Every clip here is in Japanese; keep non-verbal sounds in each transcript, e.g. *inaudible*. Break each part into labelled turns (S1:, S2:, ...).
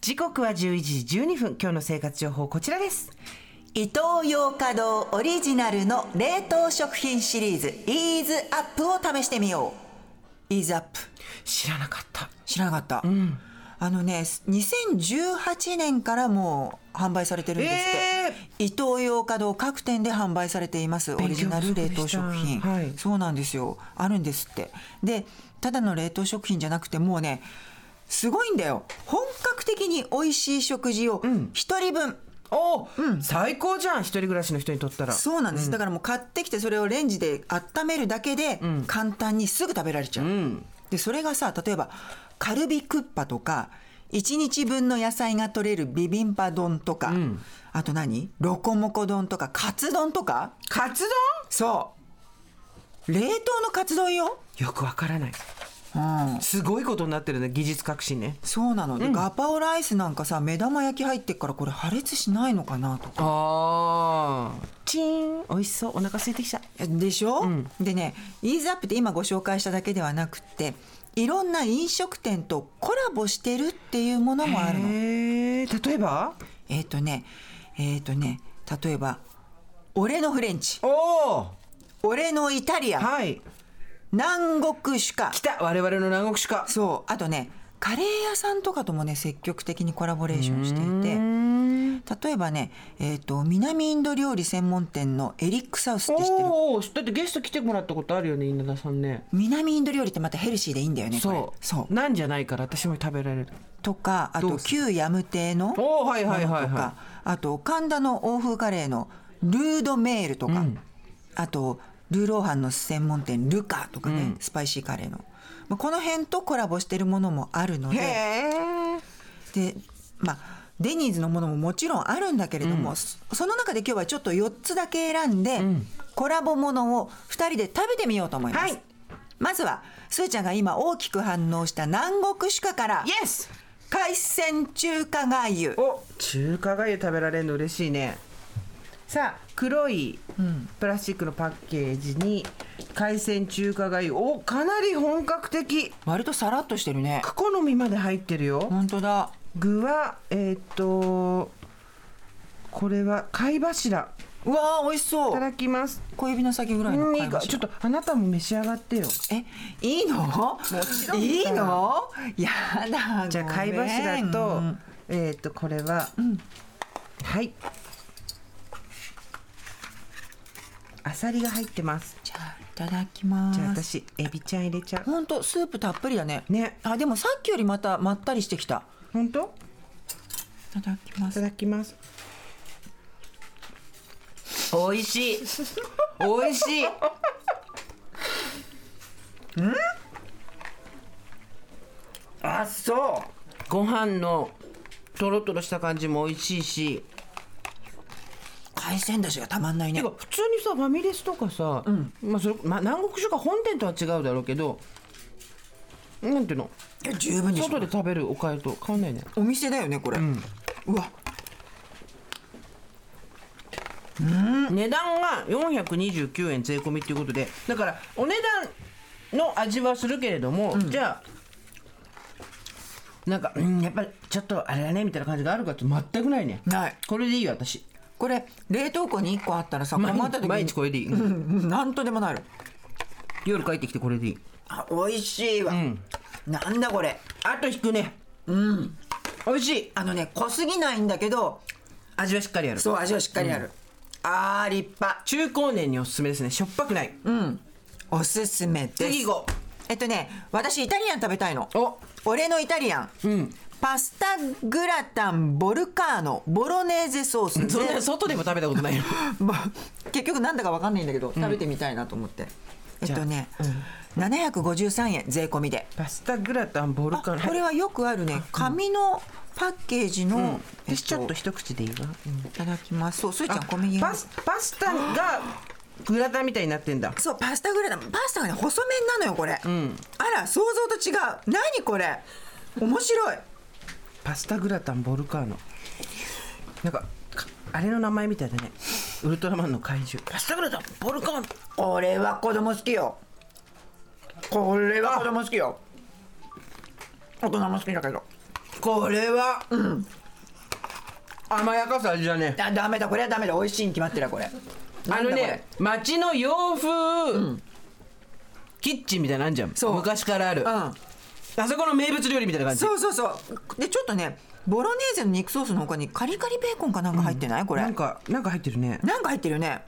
S1: 時刻は11時12分今日の生活情報こちらです
S2: 伊東洋華堂オリジナルの冷凍食品シリーズイーズアップを試してみようイーズアップ
S1: 知らなかった
S2: 知らなかった、あのね2018年からもう販売されてるんですって、伊東洋華堂各店で販売されていますオ
S1: 勉強
S2: リジナル冷凍食品、
S1: 不足でしたはい
S2: そうなんですよあるんですってでただの冷凍食品じゃなくてもうねすごいんだよ本格的に美味しい食事を一人分、
S1: おー、最高じゃん一人暮らしの人にとったら
S2: そうなんです、だからもう買ってきてそれをレンジで温めるだけで簡単にすぐ食べられちゃう、でそれがさ例えばカルビクッパとか1日分の野菜が取れるビビンパ丼とか、あと何ロコモコ丼とかカツ丼とか
S1: カツ
S2: そう冷凍のカツ丼よ、
S1: 丼よくわからない
S2: うん、
S1: すごいことになってるね技術革新ね
S2: そうなの、でガパオライスなんかさ目玉焼き入ってっからこれ破裂しないのかなとか
S1: ああチーン美味しそうお腹空いてきた
S2: でしょ、でねイーズアップって今ご紹介しただけではなくっていろんな飲食店とコラボしてるっていうものもあるの。
S1: へえ例えば
S2: えっ、とねえっ、とね例えば「俺のフレンチ
S1: おお」
S2: 「俺のイタリアン」
S1: はい
S2: 南国酒家
S1: 来」た我々の南国史か
S2: そうあとねカレー屋さんとかともね積極的にコラボレーションしていて例えばね、えっと南インド料理専門店のエリックサウスって知ってる
S1: おおだってゲスト来てもらったことあるよね稲田さんね
S2: 南インド料理ってまたヘルシーでいいんだよねこれ
S1: そう
S2: そう
S1: なんじゃないから私も食べられる
S2: とかあ
S1: ど
S2: と
S1: うす
S2: 旧ヤム亭のも
S1: おーはい
S2: の
S1: はい
S2: と
S1: はいは
S2: かあと神田の欧風カレーのルードメールとか、あとルーローハンの専門店ルカとかね、スパイシーカレーの、まあ、この辺とコラボしてるものもあるの
S1: いへ
S2: で
S1: え
S2: で、まあ、デニーズのものももちろんあるんだけれども、そその中で今日はちょっと4つだけ選んで、コラボものを2人で食べてみようと思います。
S1: はい
S2: まずはすーちゃんが今大きく反応した南国主家から
S1: イエス
S2: 海鮮中華がゆ
S1: お中華がゆ食べられるの嬉しいねさあ黒いプラスチックのパッケージに海鮮中華がゆおかなり本格的
S2: 割とさらっとしてるね
S1: クコの実まで入ってるよ、
S2: 本当だ
S1: 具はえーっとこれは貝柱
S2: うわー美味し
S1: い
S2: そ
S1: た
S2: う
S1: だきます
S2: 小指の先ぐらいの
S1: うんい
S2: 貝
S1: いか
S2: 柱
S1: ちょっとあなたも召し上がってよ
S2: えいいの
S1: ちろん
S2: いいのやだ
S1: じゃあ
S2: ごめん
S1: 貝柱
S2: う
S1: と
S2: ん
S1: えーっとこれは、はいあさりが入ってます
S2: じゃあいただきます
S1: じゃあ私エビちゃん入れちゃ
S2: 本当スープたっぷりだね
S1: うね
S2: あでもさっきよりまたまったりしてきた
S1: 本当
S2: いただきま
S1: いただきます
S2: 美味しい
S1: 美味しいあそうご飯のとろとろした感じも美味しいし
S2: 海鮮だしがたまんないね
S1: てか普通にさファミレスとかさ、まあそれまあ、南国酒か本店とは違うだろうけどなんていうの
S2: いや十分でし
S1: 外
S2: ょ
S1: で食べるおかゆと変わんないね
S2: お店だよねこれ、うわ
S1: 値段が429円税込みっていうことでだからお値段の味はするけれども、じゃあなんか、うん、やっぱりちょっとあれだねみたいな感じがあるかって全くないね
S2: ない
S1: これでいいよ私
S2: これ冷凍庫に1個あったらさ困
S1: 毎
S2: った
S1: 日
S2: 時に
S1: 毎日これでいい、
S2: うんなんとでもなる
S1: 夜帰ってきてこれでいい
S2: あ美味しいわ、なんだこれ
S1: あと引くねうん美味しい
S2: あのね濃すぎないんだけど
S1: 味はしっかりある
S2: そう味はしっかりある、あー立派
S1: 中高年におすすめですねしょっぱくない、
S2: おすすめです
S1: 次行こう
S2: えっとね私イタリアン食べたいの
S1: お
S2: 俺のイタリアン、パスタグラタンボルカーノボロネーゼソー *laughs* ス
S1: そん
S2: ぜ
S1: な外でも食べたことないよ
S2: まあ結局なんだかわかんないんだけど、食べてみたいなと思ってえっとね、753円税込みで
S1: *laughs* パスタグラタンボルカン
S2: これはよくあるね紙のパッケージの、えっ
S1: 私ちょっと一口でいいわ、
S2: いただきますそうすーちゃん小麦
S1: パスパスタがグラタンみたいになってんだ
S2: そうパスタグラタンパスタがね細麺なのよこれ、あら想像と違う何これ面白い
S1: パスタグラタンボルカーノなんかかあれの名前みたいだねウルトラマンの怪獣パスタグラタンボルカーノ
S2: これは子供好きよこれは子供好きよ大人も好きだけど
S1: これは、甘やかす味だね
S2: だダメだこれはダメだ美味しいに決まってるわこれ
S1: あの
S2: なんだこれ
S1: ね町の洋風、キッチンみたいなのあんじゃん
S2: そう
S1: 昔からある、あ
S2: うん
S1: そこの名物料理みたいな感じ
S2: そうそうそうでちょっとねボロネーゼの肉ソースのほかにカリカリベーコンかなんか入ってない、これ
S1: なんかなんか入ってるね
S2: なんか入ってるよね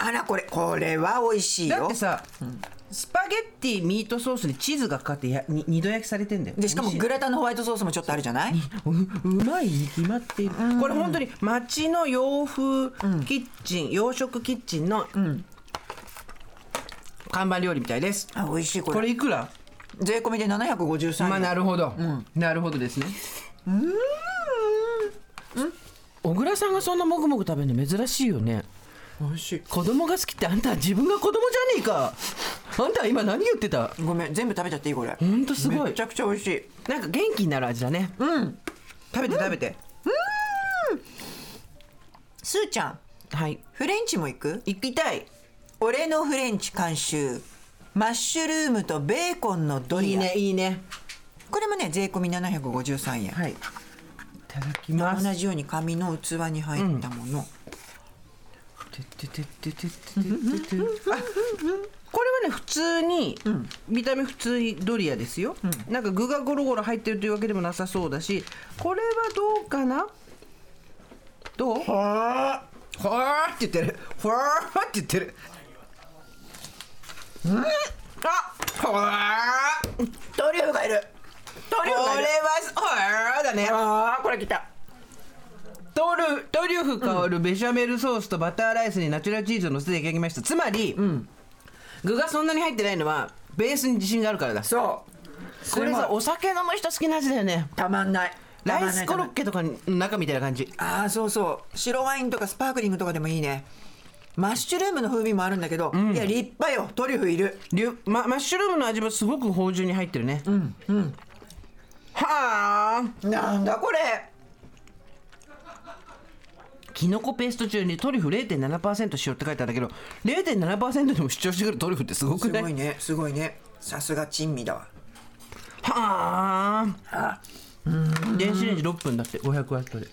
S2: あらこれこれは美味しい
S1: だっ
S2: よ
S1: てさ、スパゲッティミートソースにチーズがかかってやに二度焼きされてんだよ
S2: でしかも
S1: 美味
S2: グラタンのホワイトソースもちょっとあるじゃないう
S1: うまいに決まっている、これ本当に町の洋風キッチン、洋食キッチンの、看板料理みたいです
S2: あ美味しいこれ
S1: これいくら
S2: 税込みで753円、
S1: まあなるほど、なるほどですね小倉さんがそんなもぐもぐ食べるの珍しいよね
S2: 美味しい
S1: 子供が好きってあんたは自分が子供じゃねえかあんたは今何言ってた
S2: ごめん全部食べちゃっていいこれ
S1: ほんとすご
S2: め
S1: い
S2: ちゃくちゃ美味しい
S1: なんか元気になる味だね
S2: うん
S1: 食べて食べて、
S2: すーちゃん
S1: はい
S2: フレンチも行く
S1: 行きたい
S2: 俺のフレンチ監修マッシュルームとベーコンのドリア
S1: いいねいいね
S2: これもね税込み753円、
S1: はいいただきます
S2: 同じように紙の器に入ったもの、
S1: てててててててててあこれはね普通に、見た目普通にドリアですよ、なんか具がゴロゴロ入ってるというわけでもなさそうだしこれはどうかなどうほーほーって言ってるほーって言ってるうんあほー
S2: トリュフがいるト
S1: こ
S2: リ
S1: れ
S2: ュフがいる
S1: はほーだね
S2: ああこれきた
S1: トルトリュフ香るベシャメルソースとバターライスにナチュラルチーズをのせていただきましたつまり、具がそんなに入ってないのはベースに自信があるからだ
S2: そう
S1: これ
S2: そ
S1: さ
S2: も
S1: お酒飲む人好きな味だよね
S2: たまんない
S1: ライスコロッ
S2: ケ
S1: ケとかに中みたいな感じ
S2: ああそうそう白ワインとかスパークリングとかでもいいねマッシュルームの風味もあるんだけど、いや立派よトリュフいる
S1: リュママッシュルームの味もすごく芳醇に入ってるねうんうんはあ
S2: なんだこれ
S1: キノコペースト中にトリュフ0.7%使用って書いてあるんだけど0.7%でも主張してくるトリュフってすごく
S2: す
S1: ない
S2: ごいねすごいねさすが珍味だわ
S1: は
S2: あ
S1: あ電子レンジ6分だって500ワットで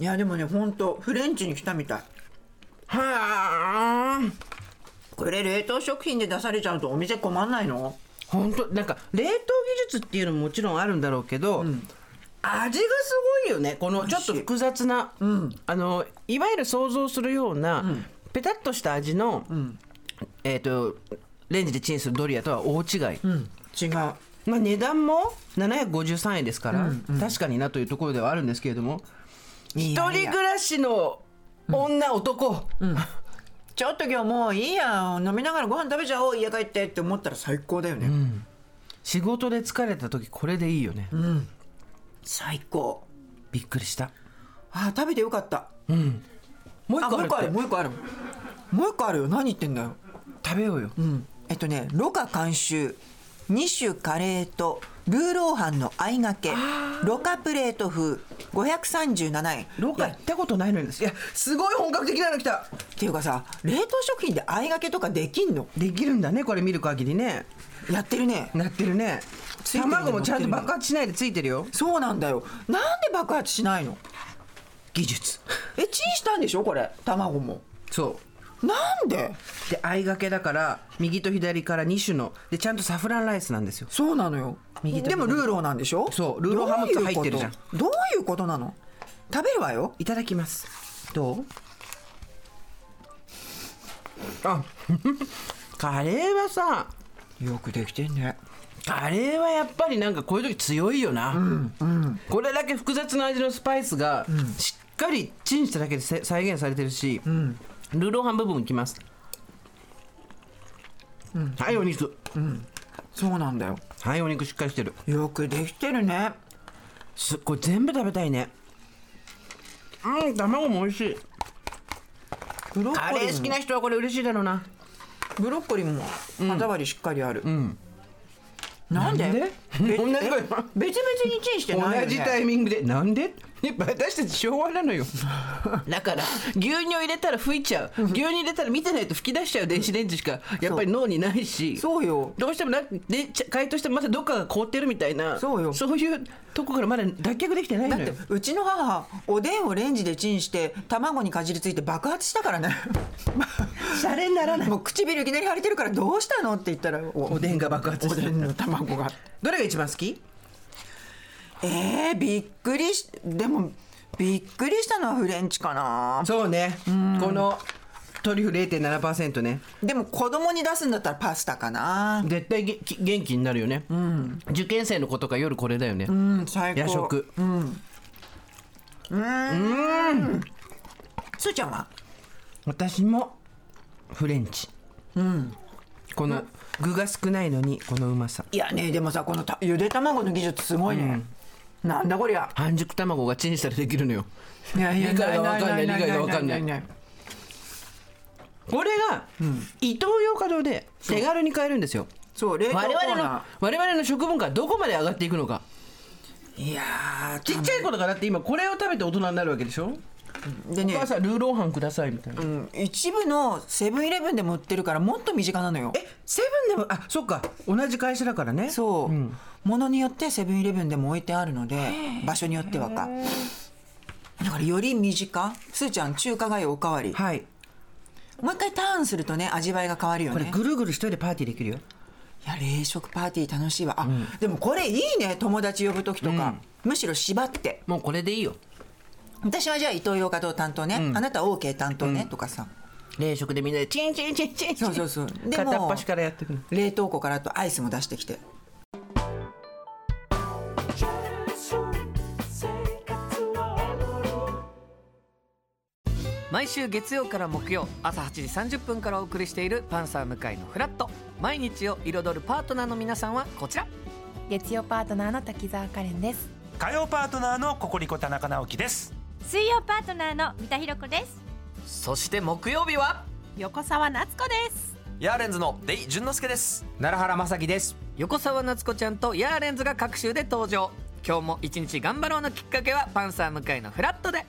S2: いやでもねほんとフレンチに来たみたい
S1: はあ
S2: これ冷凍食品で出されちゃうとお店困んないの
S1: 本当なんか冷凍技術っていうのももちろんあるんだろうけど、味がすごいよねこのちょっと複雑な、あのいわゆる想像するような、ペタッとした味の、えっ、とレンジでチンするドリアとは大違い、
S2: 違う
S1: まあ、値段も753円ですから、確かになというところではあるんですけれども一
S2: 一
S1: 人暮らしの女、男、
S2: ちょっと今日もういいや飲みながらご飯食べちゃおう家帰ってって思ったら最高だよね、
S1: 仕事で疲れた時これでいいよね、
S2: 最高
S1: びっくりした
S2: あー食べてよかった
S1: もう一
S2: あ
S1: 個あ
S2: もう
S1: るっ
S2: 一個あ
S1: て
S2: るもう一個あるもう一個あるよ何言ってんだよ
S1: 食べようよ、
S2: うんえっとねロカ監修2種カレーとルーローハンのあいがけロカプレート風537円
S1: ロカ
S2: い
S1: 行
S2: や
S1: ったことないのにですいやすごい本格的なの来た
S2: っていうかさ冷凍食品であいがけとかできんの
S1: できるんだねこれ見る限りね
S2: やってるね
S1: なってるね
S2: ついてるよ
S1: 卵もちゃんと爆発しないでついてるよ
S2: そうなんだよなんで爆発しないの
S1: 技術
S2: えチンしたんでしょこれ卵も
S1: そう
S2: なんで
S1: であいがけだから右と左から2種のでちゃんとサフランライスなんですよ
S2: そうなのよ
S1: 右手
S2: でもルーローなんでしょ
S1: そうルーローハムって入ってるじゃん
S2: どういうことどういうことなの食べるわよ
S1: いただきますどうあカレーはさ
S2: よくできてんね
S1: カレーはやっぱりなんかこういう時強いよな、これだけ複雑な味のスパイスがしっかりチンしただけでせ再現されてるし、ルーローハン部分いきます、はいお肉、
S2: そうなんだよ
S1: はいお肉しっかりしてる
S2: よくできてるね
S1: すこれ全部食べたいねうん卵も美味しい
S2: ブロッ
S1: カ
S2: コ
S1: レ
S2: リー
S1: ー
S2: も
S1: 好きな人はこれ嬉しいだろうな
S2: ブロッコリーも肌割りしっかりある、なんで
S1: なんで
S2: べ
S1: *laughs* 同じこと
S2: え別々にチンしてないよ、ね、
S1: イミングでなんでやっぱ私たち昭和なのよ *laughs* だから牛乳入れたら吹いちゃう牛乳入れたら見てないと吹き出しちゃう電子レンジしかやっぱり脳にないし
S2: そうよ
S1: どうしてもなんかでち解凍してもまたどっかが凍ってるみたいな
S2: そうよ
S1: そういうとこからまだ脱却できてない
S2: だ
S1: の
S2: っ
S1: よ
S2: てうちの母おでんをレンジでチンして卵にかじりついて爆発したからね
S1: *laughs* シャレにならない
S2: もう唇いきなり腫れてるからどうしたのって言ったらお
S1: おでんが爆発
S2: お
S1: して
S2: で
S1: る
S2: んの卵が
S1: どれが一番好き
S2: えー、びっくりしでもびっくりしたのはフレンチかな
S1: そうねこのトリュフ0.7%ね
S2: でも子供に出すんだったらパスタかな
S1: 絶対げき元気になるよね、受験生の子とか夜これだよね、
S2: うん最高
S1: 夜食
S2: すーちゃんは
S1: 私もフレンチ、この具が少ないのにこのうまさ
S2: いやねでもさこのたゆで卵の技術すごいね、なんだこりゃ
S1: 半熟卵がチンしたらできるのよ
S2: いやい
S1: 理解がわかんない
S2: や
S1: 理解がわかんない
S2: やや
S1: これが、イトーヨーカドーで手軽に買えるんですよ
S2: そう冷凍コ
S1: 我
S2: ー
S1: 々
S2: ナ
S1: の我々の食文化はどこまで上がっていくのか
S2: ーいやー
S1: ちっちゃい子だからだって今これを食べて大人になるわけでしょ、
S2: で
S1: お
S2: ね
S1: 母、さんルーローハンくださいみたいな、
S2: うん、一部のセブンイレブンでも売ってるからもっと身近なのよ
S1: えセブンでもあそっか同じ会社だからね
S2: そう、ものによってセブンイレブンでも置いてあるので場所によってはかだからより身近すーちゃん中華街おかわり
S1: はい
S2: もう一回ターンするとね味わいが変わるよ
S1: これ
S2: ね
S1: ぐるぐる一人でパーティーできるよ
S2: いや冷食パーティー楽しいわあ、でもこれいいね友達呼ぶ時とか、むしろ縛って
S1: もうこれでいいよ
S2: 私はじゃあ伊藤洋華堂担当ね、あなた OK 担当ね、とかさ
S1: 冷食でみんなでチンチンチンチンチン
S2: そうそうそうでも
S1: 片っ端からやってくる
S2: 冷凍庫からとアイスも出してきて
S3: 毎週月曜から木曜朝8時30分からお送りしている「パンサー向井のフラット」毎日を彩るパートナーの皆さんはこちら
S4: 月曜パートナーの滝沢カレンです
S5: 火曜パートナーのココリコ田中直樹です
S6: 水曜パートナーの三田寛子です
S3: そして木曜日は
S4: 横澤夏子です
S7: ヤーレンズのデイ淳之介です
S8: 奈良原まさきです
S3: 横澤夏子ちゃんとヤーレンズが各週で登場今日も一日頑張ろうのきっかけは「パンサー向井のフラットで」